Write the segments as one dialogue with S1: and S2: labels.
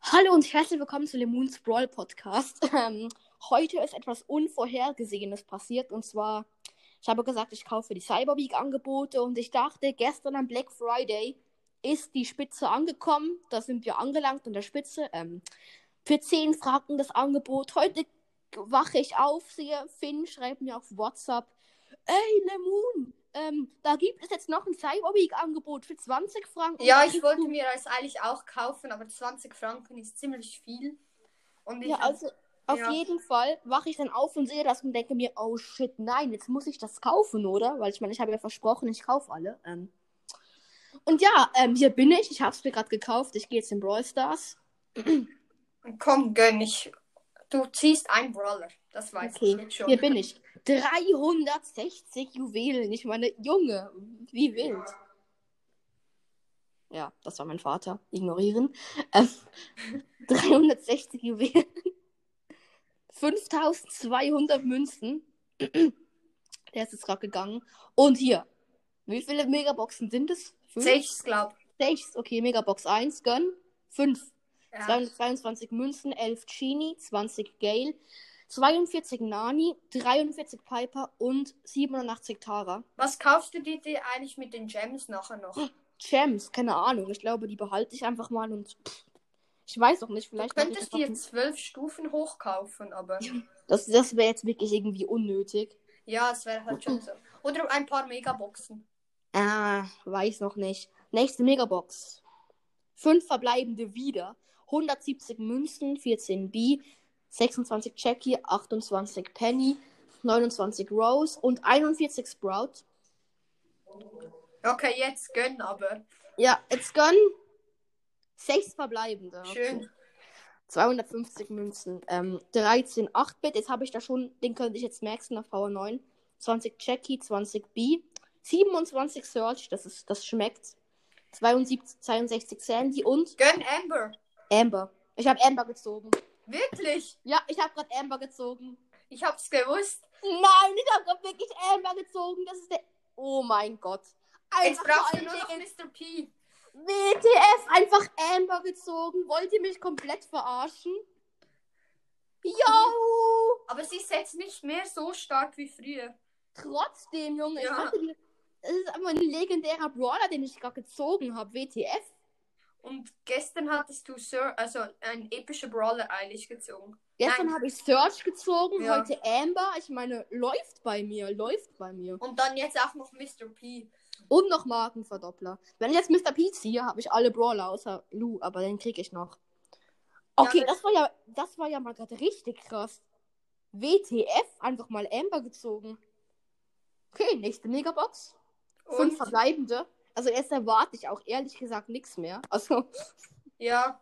S1: Hallo und herzlich willkommen zu Lemons Brawl Podcast. Ähm, heute ist etwas Unvorhergesehenes passiert und zwar, ich habe gesagt, ich kaufe die Cyber Week Angebote und ich dachte, gestern am Black Friday ist die Spitze angekommen. Da sind wir angelangt an der Spitze. Ähm, für 10 Franken das Angebot. Heute wache ich auf, sehe Finn, schreibt mir auf WhatsApp, ey Lemon, ähm, da gibt es jetzt noch ein Cyber Week Angebot für 20 Franken.
S2: Ja,
S1: Da
S2: ich
S1: bist
S2: wollte
S1: du-
S2: mir das eigentlich auch kaufen, aber 20 Franken ist ziemlich viel. Und ich
S1: Ja, also auf
S2: ja.
S1: jeden Fall wache ich dann auf und sehe das und denke mir, oh shit, nein, jetzt muss ich das kaufen, oder? Weil ich meine, ich habe ja versprochen, ich kaufe alle. Ähm. Und ja, ähm, hier bin ich. Ich habe es mir gerade gekauft. Ich gehe jetzt in Brawl Stars.
S2: komm, gönn ich. Du ziehst einen Brawler, das weiß
S1: Okay.
S2: ich jetzt schon.
S1: Hier bin ich. 360 Juwelen. Ich meine, Junge, wie wild. Ja, das war mein Vater. Ignorieren. Ähm, 360 Juwelen. 5200 Münzen. Der ist jetzt gerade gegangen. Und hier. Wie viele Megaboxen sind es? Fünf?
S2: Sechs, glaub.
S1: Sechs. Okay, Megabox 1, gönn. Fünf.
S2: Ja.
S1: 222 Münzen, 11 Genie, 20 Gale, 42 Nani, 43 Piper und 87 Tara.
S2: Was kaufst du dir denn eigentlich mit den Gems nachher noch? Du
S1: Gems, keine Ahnung. Ich glaube, die behalte ich einfach mal und pff, ich weiß auch nicht, vielleicht. mache ich
S2: könntest
S1: einfach-
S2: dir zwölf Stufen hochkaufen, aber
S1: Das, das wäre jetzt wirklich irgendwie unnötig.
S2: ja, es wäre halt schon so. Oder ein paar Megaboxen.
S1: Ah, weiß noch nicht. Nächste Megabox. Fünf verbleibende wieder. 170 Münzen, 14 B, 26 Jackie, 28 Penny, 29 Rose und 41 Sprout.
S2: Okay, jetzt gönn aber.
S1: Ja, jetzt gönn. Sechs verbleibende.
S2: Schön.
S1: 250 Münzen. Ähm, 13 8-Bit. Jetzt habe ich da schon, den könnte ich jetzt maxen auf Power 9. 20 Jackie, 20 B. 27 Search, das, ist, das schmeckt. 72, 62 Sandy und
S2: Gönn Amber.
S1: Amber. Ich habe Amber gezogen.
S2: Wirklich?
S1: Ja, ich habe gerade Amber gezogen.
S2: Ich hab's gewusst.
S1: Nein, ich habe gerade wirklich Amber gezogen. Das ist der. Oh mein Gott.
S2: Jetzt
S1: Einfach
S2: brauchst
S1: so
S2: du
S1: ein
S2: nur noch
S1: Ding.
S2: Mr. P.
S1: WTF, einfach Amber gezogen. Wollt ihr mich komplett verarschen? Yo!
S2: Aber sie ist jetzt nicht mehr so stark wie früher.
S1: Trotzdem, Junge, ich
S2: Ja.
S1: hatte die... Das ist aber ein legendärer Brawler, den ich gerade gezogen habe. WTF?
S2: Und gestern hattest du Sir, also ein epischer Brawler eigentlich gezogen.
S1: Gestern
S2: Nein.
S1: habe ich Search gezogen,
S2: Ja.
S1: heute Amber. Ich meine, läuft bei mir, läuft bei mir.
S2: Und dann jetzt auch noch Mr. P.
S1: Und noch Markenverdoppler. Wenn ich jetzt Mr. P ziehe, habe ich alle Brawler außer Lou, aber den kriege ich noch. Okay,
S2: Ja,
S1: das war ja, das war ja mal gerade richtig krass. WTF, einfach mal Amber gezogen. Okay, nächste Megabox. Fünf
S2: Und
S1: verbleibende. Also erst erwarte ich auch ehrlich gesagt nichts mehr. Also
S2: ja,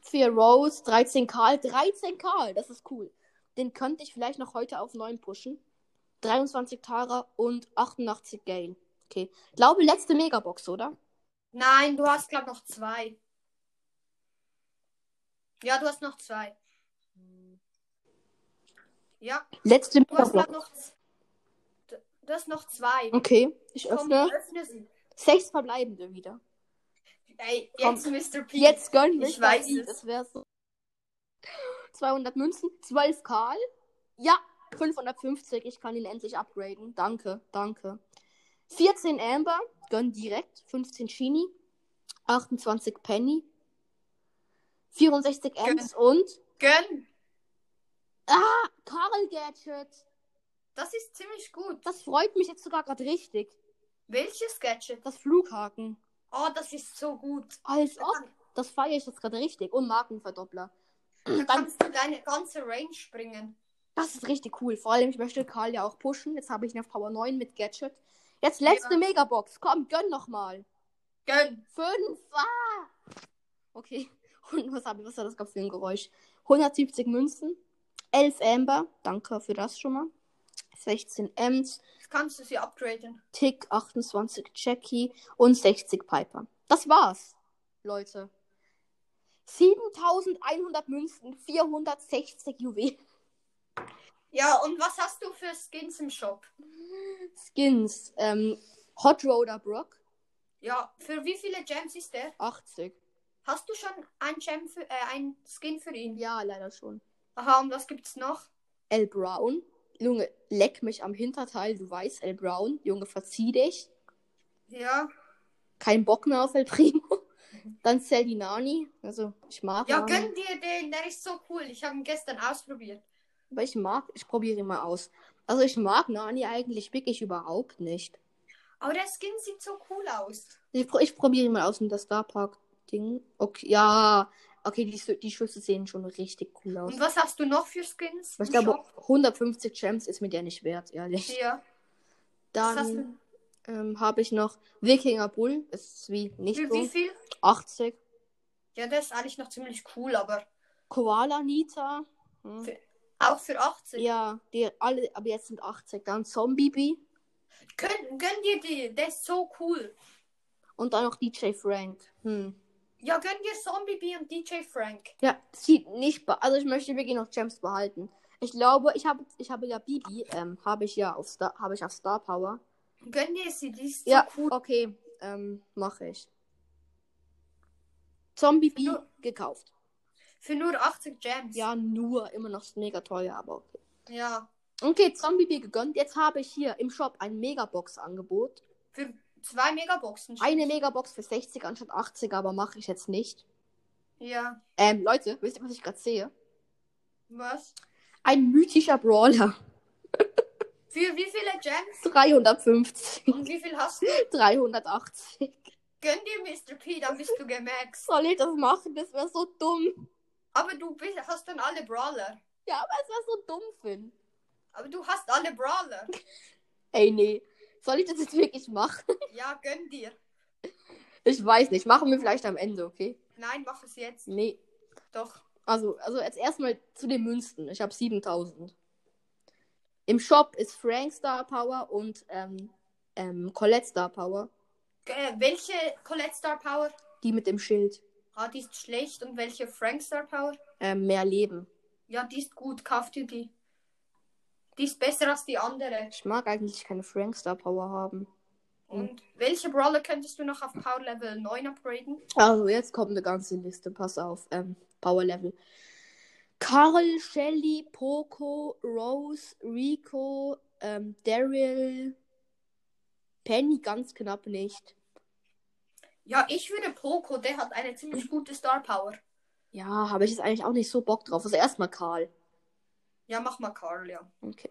S1: 4 Rose, 13 Karl, 13 Karl, das ist cool. Den könnte ich vielleicht noch heute auf 9 pushen. 23 Tara und 88 Gale. Okay. Ich glaube, letzte Megabox, oder?
S2: nein, du hast glaube noch zwei. Ja, du hast noch zwei. Ja,
S1: Letzte
S2: du
S1: Megabox.
S2: hast glaube noch. z- d- Du hast noch zwei.
S1: Okay, ich
S2: Komm,
S1: öffne.
S2: öffne sie.
S1: Sechs verbleibende wieder.
S2: Ey,
S1: Komm.
S2: jetzt Mr. P.
S1: Jetzt gönn
S2: Ich
S1: ich
S2: weiß es.
S1: Das wäre so. 200 Münzen, 12 Karl. Ja, 550. Ich kann ihn endlich upgraden. Danke, danke. 14 Amber, gönn direkt. 15 Chini, 28 Penny, 64
S2: Gönn.
S1: Ems und
S2: Gönn.
S1: Karl Gadget.
S2: Das ist ziemlich gut.
S1: Das freut mich jetzt sogar gerade richtig.
S2: Welches Gadget?
S1: Das Flughaken.
S2: Oh, das ist so gut.
S1: Als
S2: Da
S1: ob. Das feiere ich jetzt gerade richtig. Und Markenverdoppler.
S2: kann- da
S1: Dann-
S2: kannst du deine ganze Range springen.
S1: Das ist richtig cool. Vor allem, ich möchte Karl ja auch pushen. Jetzt habe ich ihn auf Power 9 mit Gadget. Jetzt letzte Megabox. Komm, gönn nochmal.
S2: Gönn.
S1: Fünf. Ah! Okay. Und was, hab, was war das gerade für ein Geräusch? 170 Münzen. 11 Amber. Danke für das schon mal. 16 Ems.
S2: Kannst du sie upgraden?
S1: Tick. 28 Jackie. Und 60 Piper. Das war's, Leute. 7100 Münzen. 460 Juwelen.
S2: Ja, und was hast du für Skins im Shop?
S1: Skins. Ähm, Hot Roder Brock.
S2: Ja, für wie viele Gems ist der?
S1: 80.
S2: Hast du schon ein Gem für, äh, ein Skin für ihn?
S1: Ja, leider schon.
S2: Aha, und was gibt's noch?
S1: L. Brown. Junge, leck mich am Hinterteil, du weißt, L. Brown. Junge, verzieh dich.
S2: Ja.
S1: Kein Bock mehr auf El Primo. Dann Sally Nani. Also, ich mag
S2: Ja,
S1: Nani.
S2: gönn dir den, der ist so cool. Ich habe ihn gestern ausprobiert.
S1: Aber ich mag, ich probiere ihn mal aus. Also, ich mag Nani eigentlich wirklich überhaupt nicht.
S2: Aber der Skin sieht so cool aus.
S1: Ich, pro- ich probiere ihn mal aus mit der Star Park Ding. Okay, ja. Okay, die, Sü- die Schüsse sehen schon richtig cool aus.
S2: Und was hast du noch für Skins?
S1: Aber ich
S2: im
S1: glaube,
S2: Shop?
S1: 150 Gems ist mir der nicht wert, ehrlich.
S2: Ja. Was hast
S1: Dann
S2: du?
S1: ähm, habe ich noch Wikinger Bull. Das ist wie nicht
S2: Wie,
S1: so.
S2: wie viel?
S1: 80.
S2: Ja, der ist eigentlich noch ziemlich cool, aber
S1: Koala Nita. Hm.
S2: Für- auch für 18.
S1: Ja, die alle, aber jetzt sind 80. Dann Zombie Bee.
S2: Gönn, gönn dir die, der ist so cool.
S1: Und dann noch DJ Frank. Hm.
S2: Ja, gönn dir Zombie Bee und DJ Frank.
S1: Ja, sieht nicht. be- Also ich möchte wirklich noch Gems behalten. Ich glaube, ich habe ich habe ja Bibi, ähm, habe ich ja auf Star, habe ich auf Star Power.
S2: Gönn dir sie, die ist
S1: Ja,
S2: so cool.
S1: okay, ähm, mache ich. Zombie Bee
S2: Nur-
S1: gekauft.
S2: Für nur 80 Gems.
S1: Ja, nur immer noch mega teuer, aber okay.
S2: Ja.
S1: Okay, Zombie Bee gegönnt. Jetzt habe ich hier im Shop ein Megabox-Angebot.
S2: Für zwei Megaboxen.
S1: Eine Megabox für 60 anstatt 80, aber mache ich jetzt nicht.
S2: Ja.
S1: Ähm, Leute, wisst ihr, was ich gerade sehe?
S2: Was?
S1: Ein mythischer Brawler.
S2: Für wie viele Gems?
S1: 350,
S2: Und wie viel hast du?
S1: 380.
S2: Gönn dir Mr. P, dann bist du gemaxt.
S1: Soll ich das machen? Das wäre so dumm.
S2: Aber du bist, hast dann alle Brawler.
S1: Ja, aber es wäre so dumm, Finn.
S2: Aber du hast alle Brawler.
S1: Ey, nee. Soll ich das jetzt wirklich machen?
S2: Ja, gönn dir.
S1: Ich weiß nicht. Machen wir vielleicht am Ende, okay?
S2: Nein, mach es jetzt.
S1: Nee.
S2: Doch.
S1: Also, also jetzt erstmal zu den Münzen. Ich habe 7000. Im Shop ist Frank Star Power und ähm, ähm, Colette Star Power.
S2: Äh, welche Colette Star Power?
S1: Die mit dem Schild.
S2: Ah, die ist schlecht. Und welche Frank Star Power?
S1: Ähm, mehr Leben.
S2: Ja, die ist gut. Kauf dir die. Die ist besser als die andere.
S1: Ich mag eigentlich keine Frank Star Power haben. Hm.
S2: Und welche Brawler könntest du noch auf Power Level 9 upgraden?
S1: Also, jetzt kommt eine ganze Liste. Pass auf. Ähm, Power Level. Carl, Shelly, Poco, Rose, Rico, ähm, Daryl, Penny ganz knapp nicht.
S2: Ja, ich würde Poco. Der hat eine ziemlich gute Star Power.
S1: Ja, habe ich jetzt eigentlich auch nicht so Bock drauf. Also erstmal Carl.
S2: Ja, mach mal Carl, ja.
S1: Okay.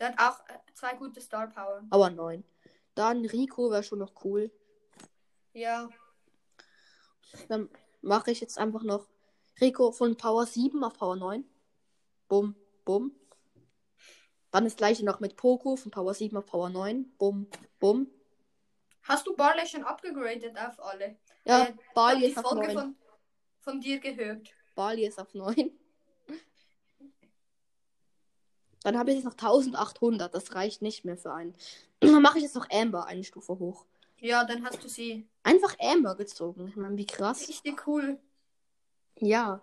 S2: Der hat auch äh, zwei gute Star Power.
S1: Aber neun. Dann Rico wäre schon noch cool.
S2: Ja.
S1: Dann mache ich jetzt einfach noch Rico von Power 7 auf Power 9. Bumm, bumm. Dann das gleiche noch mit Poco von Power 7 auf Power 9. Bumm, bumm.
S2: Hast du Barley schon upgegradet auf alle?
S1: Ja,
S2: Äh, Ich hab
S1: Bali
S2: die
S1: ist auf
S2: Folge
S1: 9.
S2: von, von dir gehört.
S1: Bali ist auf 9. Dann habe ich jetzt noch 1800. Das reicht nicht mehr für einen. Dann mache ich jetzt noch Amber eine Stufe hoch.
S2: Ja, dann hast du sie.
S1: Einfach Amber gezogen. Ich meine, wie krass.
S2: Richtig cool.
S1: Ja.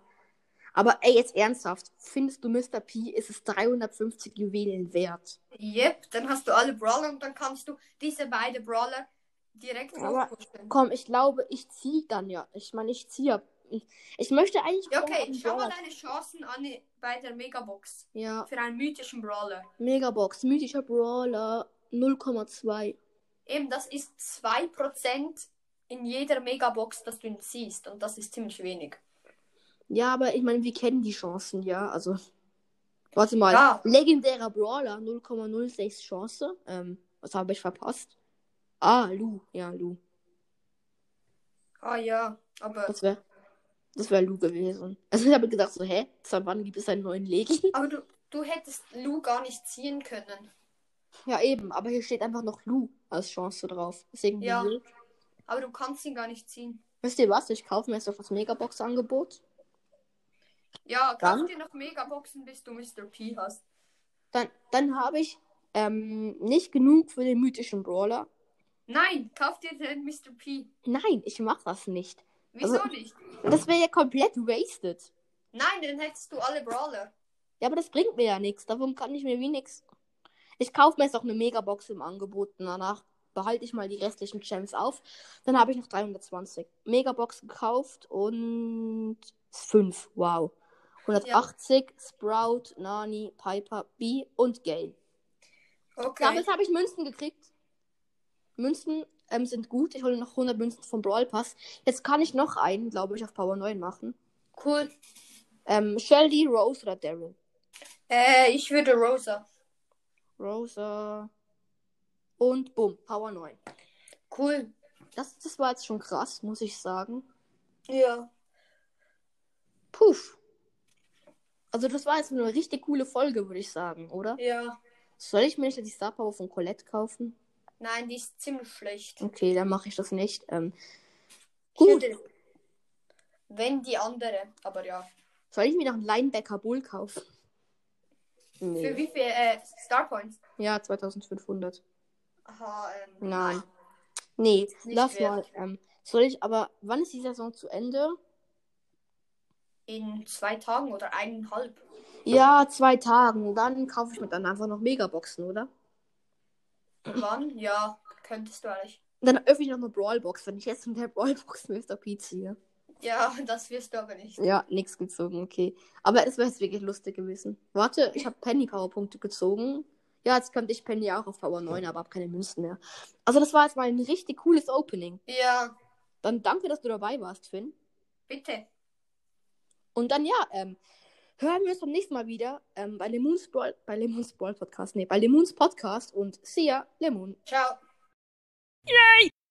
S1: Aber ey, jetzt ernsthaft. Findest du Mr. P, ist es 350 Juwelen wert?
S2: Yep, dann hast du alle Brawler und dann kannst du diese beiden Brawler direkt
S1: Aber-
S2: hochpushen.
S1: Komm, ich glaube, ich ziehe dann ja. Ich meine, ich ziehe ja. Ich, ich möchte eigentlich.
S2: Ja,
S1: gerne
S2: okay,
S1: einen
S2: schau mal
S1: Brawler-
S2: deine Chancen an bei der Megabox.
S1: Ja,
S2: Für einen mythischen Brawler.
S1: Megabox, mythischer Brawler, 0,2.
S2: Eben, das ist 2% in jeder Megabox, dass du ihn siehst. Und das ist ziemlich wenig.
S1: Ja, aber ich meine, wir kennen die Chancen, ja. Also. Warte mal.
S2: Ja.
S1: Legendärer Brawler, 0,06 Chance. Ähm, was habe ich verpasst? Ah, Lu. Ja, Lu.
S2: Ah ja, aber,
S1: Das wäre das wär Lu gewesen. Also ich habe gedacht so, hä? Seit wann gibt es einen neuen Legi?
S2: aber du, du hättest Lou gar nicht ziehen können.
S1: Ja, eben. Aber hier steht einfach noch Lu als Chance drauf. Deswegen
S2: Ja.
S1: Lu.
S2: Aber du kannst ihn gar nicht ziehen.
S1: Wisst ihr was? Ich kaufe mir jetzt auf das Megabox-Angebot.
S2: Ja,
S1: Dann-
S2: kauf dir noch Megaboxen, bis du Mr. P hast.
S1: Dann, dann habe ich ähm, nicht genug für den mythischen Brawler.
S2: Nein, kauf dir den Mr. P.
S1: Nein, ich mache das nicht.
S2: Wieso
S1: Also-
S2: nicht?
S1: Das wäre ja komplett wasted.
S2: Nein, dann hättest du alle Brawler.
S1: Ja, aber das bringt mir ja nichts. Davon kann ich mir wie nichts. Ich kaufe mir jetzt auch eine Megabox im Angebot. und Danach behalte ich mal die restlichen Gems auf. Dann habe ich noch 320 Megabox gekauft und 5. Wow. 180, Sprout, Nani, Piper, Bee und Gale.
S2: Okay.
S1: Damals habe ich Münzen gekriegt. Münzen ähm, sind gut. Ich hole noch 100 Münzen vom Brawl Pass. Jetzt kann ich noch einen, glaube ich, auf Power 9 machen.
S2: Cool.
S1: Ähm, Shelly, Rose oder Daryl?
S2: Äh, ich würde Rosa.
S1: Rosa. Und bumm, Power 9.
S2: Cool.
S1: Das, das war jetzt schon krass, muss ich sagen.
S2: Ja.
S1: Puff. Also das war jetzt eine richtig coole Folge, würde ich sagen, oder?
S2: Ja.
S1: Soll ich mir nicht die Star Power von Colette kaufen?
S2: Nein, die ist ziemlich schlecht.
S1: Okay, dann mache ich das nicht. Ähm,
S2: Ich
S1: gut.
S2: hätte- Wenn die andere, aber ja.
S1: Soll ich mir noch einen Linebacker Bull kaufen?
S2: Für
S1: Nee.
S2: wie viel? Äh, Star Points.
S1: Ja, 2500.
S2: Aha, ähm,
S1: Nein. Nee,
S2: Nicht
S1: lass
S2: wert.
S1: mal. Ähm, soll ich, aber wann ist die Saison zu Ende?
S2: In zwei Tagen oder eineinhalb.
S1: Ja, zwei Tagen. Dann kaufe ich mir dann einfach noch Megaboxen, oder? Mhm.
S2: Wann? Ja, könntest du eigentlich.
S1: Dann öffne ich noch eine Brawlbox, wenn ich jetzt mit der Brawlbox Mr. P ziehe.
S2: Ja, das wirst du aber nicht.
S1: Ja, nichts gezogen, okay. Aber es wäre jetzt wirklich lustig gewesen. Warte, ich habe Penny Powerpunkte gezogen. Ja, jetzt könnte ich Penny auch auf Power 9, aber habe keine Münzen mehr. Also das war jetzt mal ein richtig cooles Opening.
S2: Ja,
S1: Dann danke, dass du dabei warst, Finn.
S2: bitte.
S1: Und dann ja, ähm, hören wir uns beim nächsten Mal wieder ähm, bei Lemons Brawl, bei Lemons Brawl Podcast, nee, bei Lemons Podcast und see ya, Lemon.
S2: Ciao.